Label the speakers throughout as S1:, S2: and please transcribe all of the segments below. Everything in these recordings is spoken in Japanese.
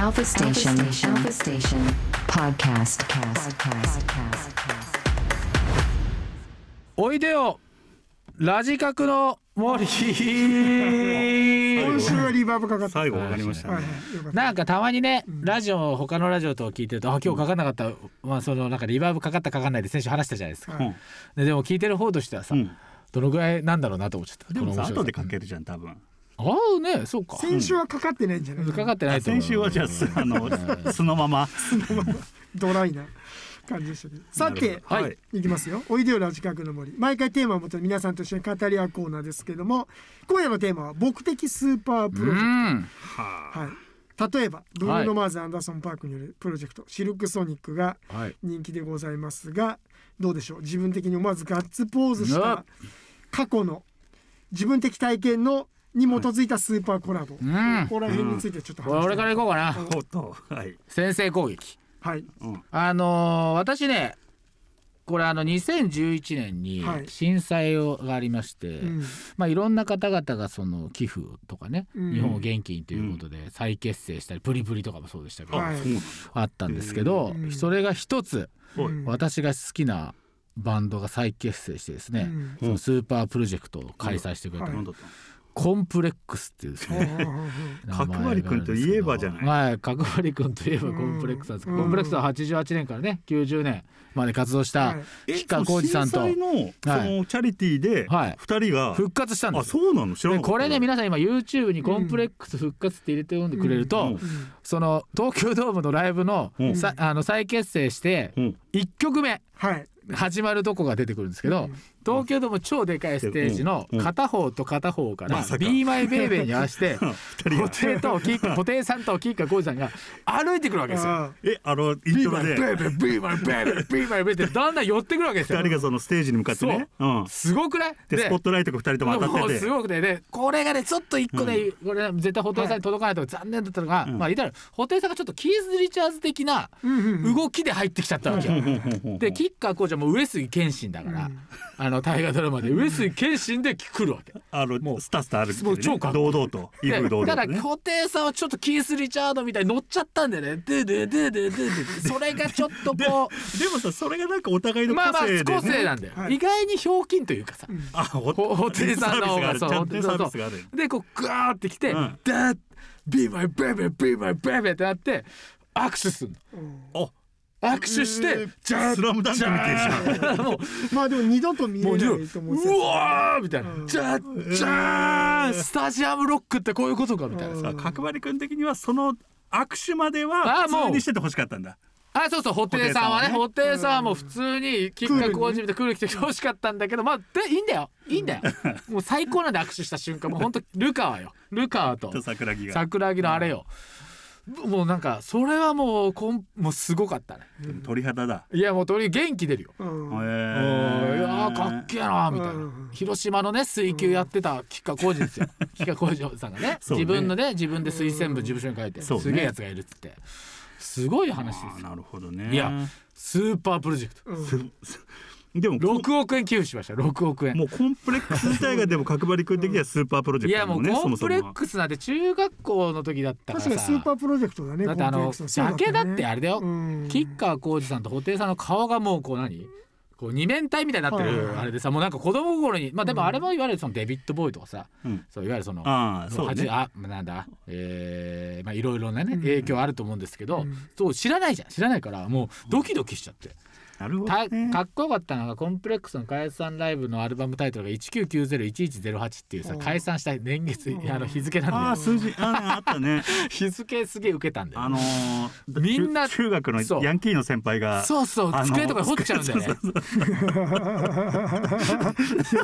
S1: Alpha Station. Alpha Station. Podcast. Podcast.
S2: おいでよラジカクの 森
S3: 今週はリバーブかかった。
S4: 最後わかりました
S3: はいは
S4: ね。
S3: いよかった
S2: なんかたまにねラジオ他のラジオと聞いてるとあ今日かかんなかった、まあそのなんかリバーブかかったかかんないで先週話したじゃないですか、
S3: はい
S2: ででも聞いてる方としてはさ、
S4: うん
S2: どのぐらいなんだろうなと思っちゃった
S4: でもさ
S2: この
S4: 後で
S2: 面白さ
S4: かけるじゃん多分。
S2: ああねそうか
S3: 先週はかかってないんじゃない
S2: かかってないと思う
S4: 先週はじゃあすあ のそのまま。
S3: ドライな感じで したけど。さて、
S2: はい
S3: はい、いきますよ。おいでよラジカクの森。毎回テーマをもとに皆さんと一緒に語り合うコーナーですけども、今夜のテーマは僕的スーパープ
S2: う
S3: ロジェク
S2: ん
S3: ト。はい。例えば、ブルーノ・マーズ・アンダーソン・パークによるプロジェクト、シルク・ソニックが
S2: はい
S3: 人気でございますが、どうでしょう自分的に思わずガッツポーズした過去の自分的体験のに基づいたスーパーコラボ。
S2: うん
S3: ここら辺についてちょっと話して
S2: 俺から行こうかな
S4: おっとはい。
S2: 先制攻撃
S3: はい
S2: あのー私ねこれあの2011年に
S3: はい
S2: 震災をがありまして、
S3: ん
S2: まあ、いろんな方々がその寄付とかね、
S3: うん
S2: 日本を元気にということで再結成したりプリプリとかもそうでしたけど、
S3: はい
S4: あそうなんだ
S2: あったんですけど、
S3: うん
S2: それが一つ
S4: おい
S3: うん
S2: 私が好きなバンドが再結成してですね、
S3: うん
S2: そのスーパープロジェクトを開催してくれた、
S3: はい
S4: なんだった
S2: コンプレックスっていうですね名前があるんですけど
S4: 角張り君といえばじゃない
S2: はい、角張り君といえばコンプレックスなんですけど、
S3: うん
S2: コンプレックスは88年からね、90年まで活動した
S3: はい
S2: 吉川浩司さんと、
S4: えその震災のそのチャリティーで
S2: はい
S4: 二人が
S2: 復活したんで
S4: あ
S2: すよ。
S4: そうなの知らな
S2: で
S4: かった。
S2: これね皆さん今 YouTube にコンプレックス復活って入れて読んでくれると、
S4: うんうん
S2: その東京ドームのライブの,、
S4: うん
S2: さあの再結成して
S4: うん
S2: 1曲目
S3: はい
S2: 始まるとこが出てくるんですけど、東京ドーム超でかいステージの
S4: うんうん
S2: 片方と片方から
S4: まさ
S2: 「
S4: か
S2: b m y b a b y に合わせて
S4: 二人
S2: 布
S4: が
S2: 袋と キッカ布袋さんと吉川浩司さんが歩いてくるわけですよ。
S3: あ
S4: えあのイン
S2: b
S4: ト
S2: m
S4: ロ
S2: y
S4: で
S2: b a b y b m y b a b y b m y b a b y ってだんだん寄ってくるわけですよ
S4: 二。人がそのステージに向かって
S2: そう
S4: ね。うん。
S2: すごくない
S4: でスポットライトが二人とも当た
S2: も
S4: っ
S2: う
S4: てて
S2: す。ごくてでこれがねちょっと一個ね、これね絶対布袋さんに届かないとか残念だったのが、まあいたら布袋さんがちょっとキース・リチャーズ的な動きで入ってきちゃったわけよ。でキッカーコーチはもう上杉謙信だから、あの大河ドラマで上杉謙信で来るわけ。
S4: あ
S2: も
S4: の
S2: う
S4: スタスタある
S2: もう超かっこいい
S4: 堂々と威
S2: で
S4: 風堂
S2: ただ
S4: 々とね。
S2: 布袋さんはちょっとキース・リチャードみたいに乗っちゃったんだよね。ででででででそれがちょっとこう。
S4: でもさそれがなんかお互いの個
S2: まあまあ
S4: 性でね。
S2: 個性なんだよ、
S3: はい
S2: 意外にひょうきんというかさ、
S4: あ、ホ
S2: ほホテルさんの方が
S4: ち
S2: そう
S4: ゃん
S2: ホ
S4: と
S2: テ
S4: ね
S2: ル
S4: サ
S2: そうそ
S4: ービスがある。
S2: うでこうグワーってきて「
S4: ん
S2: だ Be my baby be my baby」ってなって握手するの
S4: お。
S2: 握手して「じゃあ
S4: スラムダンクみたいじゃん。
S2: も
S3: まあでも二度と見
S2: うも
S3: れ
S2: う
S3: ないと思ってた
S2: うわー!」みたいな「じゃあじゃあスタジアムロックってこういうことか」みたいなさ
S4: さあ角張り君的にはその握手まで
S2: あ
S4: は
S2: もう
S4: 普通にしてて欲しかったんだ。
S2: あそうそう布袋さんはね
S4: 布
S2: 布袋さんはもう普通にキッカー工事みたいクール来てほしかったんだけどまあでいいんだよいいんだ よもう最高なんで握手した瞬間もう本当ルカワよルカワと
S4: と桜木が
S2: 桜木のあれよ、もうなんかそれはもうこんもうすごかったね
S4: 鳥肌だ。
S2: いやもうとにかく元気出るよ、
S3: うん
S2: お
S4: へ
S2: ーい
S4: ー
S2: やーかっけえなーみたいな、
S3: うん
S2: 広島のね水球やってた吉川浩司ですよ吉川浩司さん がね
S4: そうね
S2: 自分のね自分で推薦文事務所に書いて、
S4: そうね
S2: すげえやつがいるっつってすごい話で
S4: あ
S2: すよ
S4: なるほどね。
S2: いやスーパープロジェクト
S4: でもこ
S2: 6億円寄付しました6億円
S4: もうコンプレックス自体がでも角張り君的にはスーパープロジ
S2: い
S4: ェク
S2: や
S4: ト
S2: も
S4: も
S2: う
S4: ね
S2: コ
S4: そ
S2: ン
S4: もそ
S2: プ
S4: も
S2: レ
S4: は。
S2: ックスなんて中学校の時だったから
S3: 確
S2: さ
S3: かにスーパープロジェクトだね
S2: だってあ
S3: コン
S2: の
S3: プ
S2: ジ
S3: レックス
S2: ャケだってあれだよ、
S3: うん
S2: キッカー浩司さんと布袋さんの顔がもうこう何こう二面体みたいになって
S3: はいはいはい
S2: るあれでさもうなんか子供心にまあでもあれもいわゆるそのデビッド・ボーイとかさ、
S4: うん
S2: そういわゆるその
S4: ああそう
S2: はじ
S4: ね。
S2: あなんだえーまあいろいろなね影響あると思うんですけど、
S3: うん
S2: そう知らないじゃん知らないからもうドキドキしちゃって、
S4: なるほど
S2: た
S4: ね。
S2: かっこよかったのがコンプレックスの解散ライブのアルバムタイトルが19901108っていうさ
S3: うん
S2: 解散した年月あの日付なんだ
S4: あ
S2: よ
S4: あ数字ああっ たね。
S2: 日付すげえ受けたんだよ
S4: あのー
S2: みんな
S4: 中学の
S2: そう
S4: ヤンキーの先輩が
S2: そうそう
S4: あの
S2: 机とかに掘っちゃうんだよね。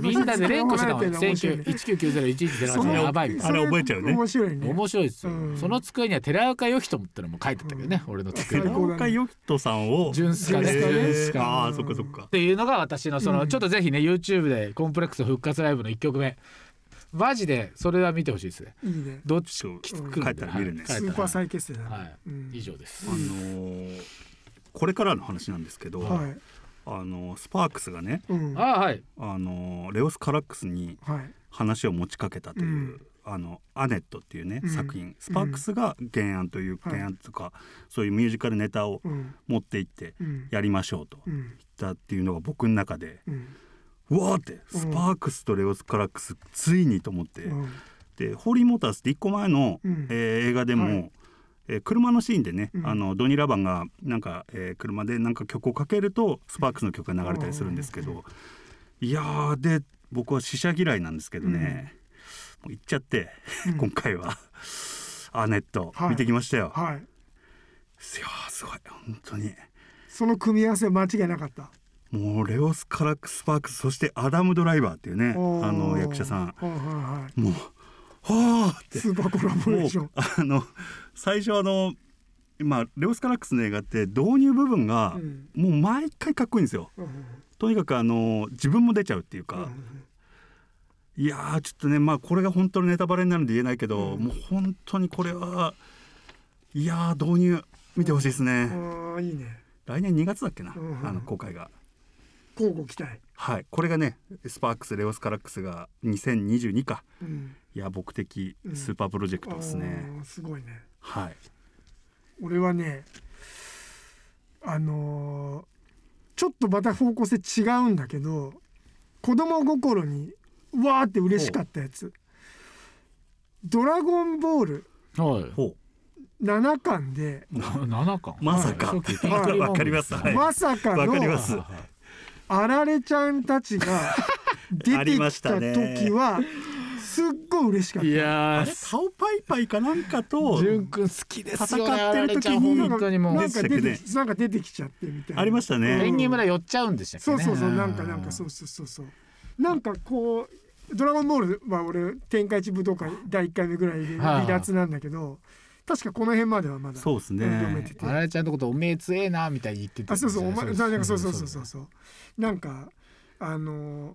S2: みんなで連呼してたもんね。
S3: 面白いね
S2: 19190110
S3: その
S2: やばいみた
S4: あ
S2: い
S4: れ
S2: な。
S4: 覚えちゃうね
S3: 面白いね
S2: 面白いですよ
S3: う。ん
S2: その机には寺岡義人ってのも書いてあったけどね、俺の
S3: 最
S2: 机に
S3: 高。
S4: 高岡よきとさんを
S2: 純スカね
S4: へー
S2: 純スカ
S4: ああそっかそっか
S2: っ。ていうのが私のその、ちょっとぜひね YouTube でコンプレックス復活ライブの一曲目。マジでそれは見てほしいですね。
S3: いいね
S2: どっち
S4: そう
S2: きつく
S4: 帰ったら見るね
S2: はい
S3: ス
S2: 帰
S3: ー
S2: った
S3: パ
S2: ら
S3: ー再結成だね
S2: はい、
S3: うん
S2: 以上です
S4: あ。のーこれからの話なんですけど、
S3: はい
S4: あのースパークスがね、
S3: うん
S2: あはい。
S4: あのーレオス・カラックスに
S3: はい
S4: 話を持ちかけたという、
S3: うん
S4: あの「アネット」っていうね、
S3: うん
S4: 作品スパークスが原案という、
S3: はい
S4: 原案とかそういうミュージカルネタを
S3: うん
S4: 持っていって
S3: うん
S4: やりましょうと
S3: う
S4: 言っ
S3: ん
S4: たっていうのが僕の中で
S3: うん
S4: うわーってスパークスとレオス・カラックスついにと思って、
S3: うん
S4: でホーリー・モータースって1個前の、
S3: うん
S4: えー映画でも、
S3: はい
S4: えー車のシーンでね、
S3: うん
S4: あのドニー・ラバンがなんか、えー車でなんか曲をかけるとスパークスの曲が流れたりするんですけど、いやーで僕は死者嫌いなんですけどね、もう行っちゃって、
S3: うん
S4: 今回は「アネット」
S3: はい
S4: 見てきましたよ。
S3: はい
S4: いやーすごい本当に
S3: その組み合わせは間違いなかった
S4: もうレオス・カラックス・パークスそしてアダム・ドライバーっていうねあ
S3: おー
S4: の役者さん
S3: はいはいは
S4: もう「はあ!」って
S3: いスーパーコラボレ
S4: も
S3: ー
S4: う
S3: ション
S4: あの最初あのまあレオス・カラックスの映画って導入部分が
S3: うん
S4: もう毎回かっこいいんですよ。とにかくあの自分も出ちゃうっていうか、いやーちょっとねまあこれが本当のネタバレになるんで言えないけど、もう本当にこれはいやー導入見てほしいですね、
S3: ああいいね
S4: 来年2月だっけな、
S3: うん
S4: あの公開が。
S3: 交互期待
S4: はいこれがねスパークスレオス・カラックスが2022か
S3: うん
S4: いや僕的スーパープロジェクトですね、
S3: あーすごいね
S4: はい
S3: 俺はねあのーちょっとまた方向性違うんだけど子供心にわーって嬉しかったやつ「ドラゴンボール
S2: はい
S4: ほ
S3: 7巻」で
S2: 七巻
S4: うまさか、
S2: はい初期手作り漫画です
S4: わかりますはい
S3: まさか
S4: わ
S3: の
S4: かります
S3: あられちゃんたち が出
S4: あ
S3: て
S4: りま
S3: き
S4: したたね
S3: 時はすっごい嬉しかった。
S2: いや
S4: あ
S2: ー
S4: れタオパイパイかなんかと
S2: 潤くん好きですよね
S4: 戦ってる
S2: あら
S4: 時に
S2: れちゃん本当にもう
S3: なんか出
S4: で
S3: て
S4: し
S3: きなんか出てきちゃってみたいな。
S4: ありましたね
S2: エンディングで寄っちゃうんでしたっけ
S3: そ
S2: ね
S3: うそうそうなんかなんかそうそうそうそうなんかこう「ドラゴンボール」は俺天下一武道会第1回目ぐらいで
S2: はい
S3: 離脱なんだけど確かこの辺まではまだ
S4: そうですね
S3: 読めてて
S2: あられちゃんのことおめえ強えなみたいに言ってた
S3: あそうそうお前
S2: そ
S3: なんかそうそうそうそうそうなんかあのー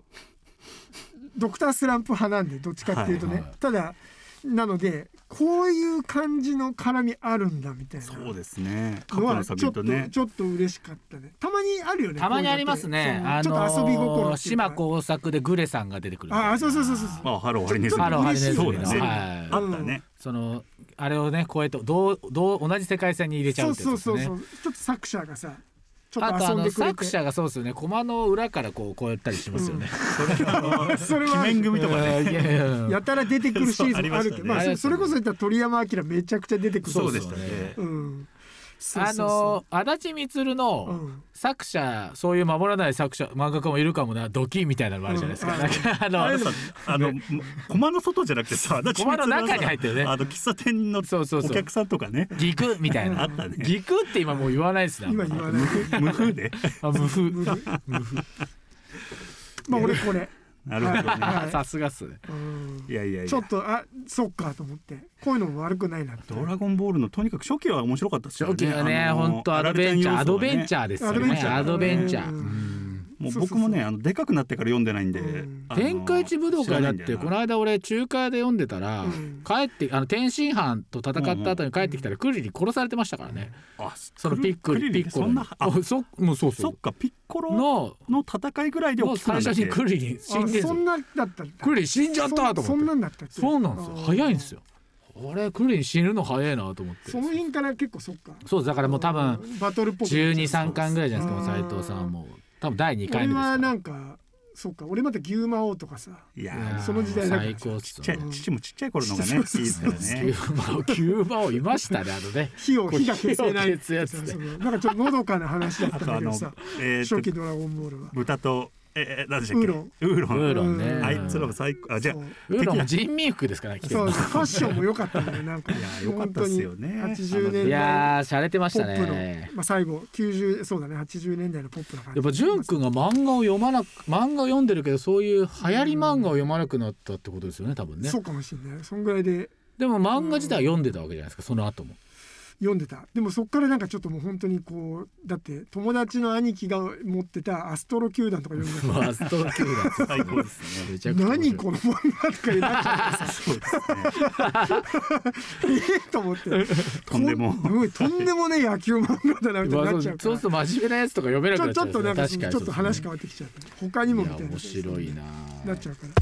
S3: ドクタースランプ派なんでどっちかっていうとね、
S2: はいはい
S3: ただなのでこういう感じの絡みあるんだみたいな
S4: そうですね過
S3: の
S4: 去の
S3: はち
S4: 作
S3: ょ
S4: 品
S3: っと
S4: とね
S3: ちょっと嬉しかったねたまにあるよね
S2: たまにありますね
S3: こういうのっ
S2: あ
S3: てそうちょっと遊び
S2: の
S3: 心っていう
S2: ー
S3: か
S2: 島工作でグレさんが出てくる
S3: ああそうそうそうそうそう
S4: あハローハリネズミ
S2: ハローハリネズミの
S4: そうだね、
S2: はい
S4: あったね
S2: そのあれをねこうやってどうどう同じ世界線に入れちゃうってやつ
S3: そう
S2: です
S3: そうそうそ
S2: ね
S3: うちょっと作者がさちょ
S2: あ
S3: っ
S2: と
S3: と
S2: あ
S3: 遊ん
S2: の
S3: でくれて
S2: 作者がそうですよね駒の裏からこうこうやったりしますよね、
S3: それは
S4: 鬼面組とかね
S2: いやいやいや
S3: やたら出てくるシーズンもあるけど
S4: そうありましたね
S3: まあ
S2: あり
S3: そ
S2: ました
S3: そ
S2: ね
S3: れこそ言ったら鳥山明めちゃくちゃ出てくる
S4: そうでしたね
S3: うんそうそ
S2: あ
S3: うそ
S2: の足立満の、
S3: ううん
S2: 作者そういう守らない作者漫画家もいるかもなドキみたいなのもあるじゃないですか、
S3: うん
S2: なんかあの
S4: あれさあの駒の外じゃなくてさ足立
S2: 駒の中
S4: 光さ
S2: に入ってるね
S4: あの喫茶店の
S2: そうそうそう
S4: お客さんとかね
S2: ギクみたい
S4: あ
S2: な
S4: ったね
S2: ギクって今もう言わないですな
S3: 今言わない
S4: 無風で
S2: あ無風
S3: まあ俺こ れ
S4: なるほどね
S3: はい
S2: さすがっすね
S3: うん
S4: いやいやいや
S3: ちょっとあそっかと思ってこういうのも悪くないなって
S4: ドラゴンボールのとにかく初期は面白かったですよね
S2: 初期はね
S4: あの
S2: 本当アドベンチャーアドベンチ
S4: ー
S2: ャーですよ
S3: アドベンチ
S2: ね
S3: ャー
S2: アドベンチャ
S3: う
S2: ー
S3: ん
S4: もう
S3: そうそうそう
S4: 僕もねあのでかくなってから読んでないんで
S3: うん
S4: あの
S2: 天下一武道
S4: 知ら
S2: 会
S4: な
S2: だっ
S4: いんよ
S2: て
S4: な
S2: この間俺中華で読んでたら、
S3: うん
S2: 帰ってあの天津飯と戦った後に帰ってきたらクリリン殺されてましたからね、
S4: あ
S2: そのピック
S4: クリ
S2: リ
S4: リン
S2: ピッコロ
S4: そん
S2: に
S4: なあ
S2: あそもうそうそ
S4: そうっかピッコロの
S2: の
S4: 戦いぐらいで
S2: もう
S4: 大きくな
S2: 最
S4: る
S2: 初
S4: んだっけ
S2: にクリリン死ん
S3: あ
S2: でるんです
S3: そ
S2: よ
S3: んなだったんだ
S2: クリリン死んじゃったと
S3: そそん
S2: 思
S3: な
S2: って
S3: んだったっけ
S2: そうなんですよ早いんですよあれクリリン死ぬの早いなと思って
S3: その辺から結構そっか
S2: そうだからもう多分
S3: バトルっぽく
S2: 1 2三巻ぐらいじゃないですか
S3: うん
S2: もう斉藤さんはもう多分第2回
S3: 俺
S2: 目です
S3: は
S2: か
S3: なんかそっか俺また牛魔王とかさ
S4: いや
S2: らいや
S4: ー
S2: ー
S3: その時代だから
S2: 最高っす
S4: ちっちゃ
S2: よ
S4: い
S2: ね
S4: 父もちっちゃい頃のがねい
S3: そ
S4: いう
S3: そう
S4: です
S3: そう
S2: キ
S4: よね
S2: ュ ーバをキューバをいましたねあのね
S3: 火を火が消せない
S2: 火を消すやつね
S3: そうそうなんかちょっとのどかな話だった
S4: あ
S3: んだけ
S4: とあ
S3: ど
S4: の
S3: さ
S4: え
S3: 初期
S4: ーと
S3: ドラゴンボールは
S4: 豚とえー何でしたっ
S3: ウ
S4: け
S3: ーロン
S4: ウー
S2: ウ
S4: ロ
S2: ーロン
S3: う
S2: ね
S3: ん
S4: あいつらも最高あじゃあ
S3: そう
S2: ウーロンも
S4: 敵
S2: 人民服ですから着て
S3: そ
S2: る
S3: うファッションも良かったんだよなんか
S4: いやー良かったっすよね
S3: 本当に80年
S2: い
S3: 代
S2: やー洒落てまし
S3: ポ
S2: た
S3: ップの、
S2: ね
S3: まあ、最後90そうだね80年代のポップな感じ
S2: やっぱ潤くんが漫画を読まなく漫画を読んでるけどそういう流行り漫画を読まなくなったってことですよね多分ね
S3: そうかもしれないそんぐらいで
S2: でも漫画自体は読んでたわけじゃないですかその後も
S3: 読んでたでもそっからなんかちょっともう本当にこうだって友達の兄貴が持ってたアストロ球団とか読んで
S2: ファーストキューだ
S4: 最高ですね
S2: めち
S3: た
S2: ゃくちゃ面白い
S3: 何この漫画とか言うなっちゃ
S4: そうです
S3: う
S4: ね
S3: ええと思って
S4: とんでも
S3: すごいとんでもねえ野球漫画だなみたい
S2: ま
S3: に
S2: あ
S3: な
S2: そ
S3: っ
S2: う
S3: ち
S2: そ
S3: ゃうから
S2: うすると真面目なやつとか読め
S3: ち
S2: なくな
S3: ょ
S2: っち
S3: ちょ
S2: ゃう
S3: っとなんか
S2: です
S3: ち
S2: ね
S3: ょっと話変わってきちゃった他にもみ
S2: い
S3: た
S2: や
S3: いな
S2: 面白いな
S3: なっちゃうから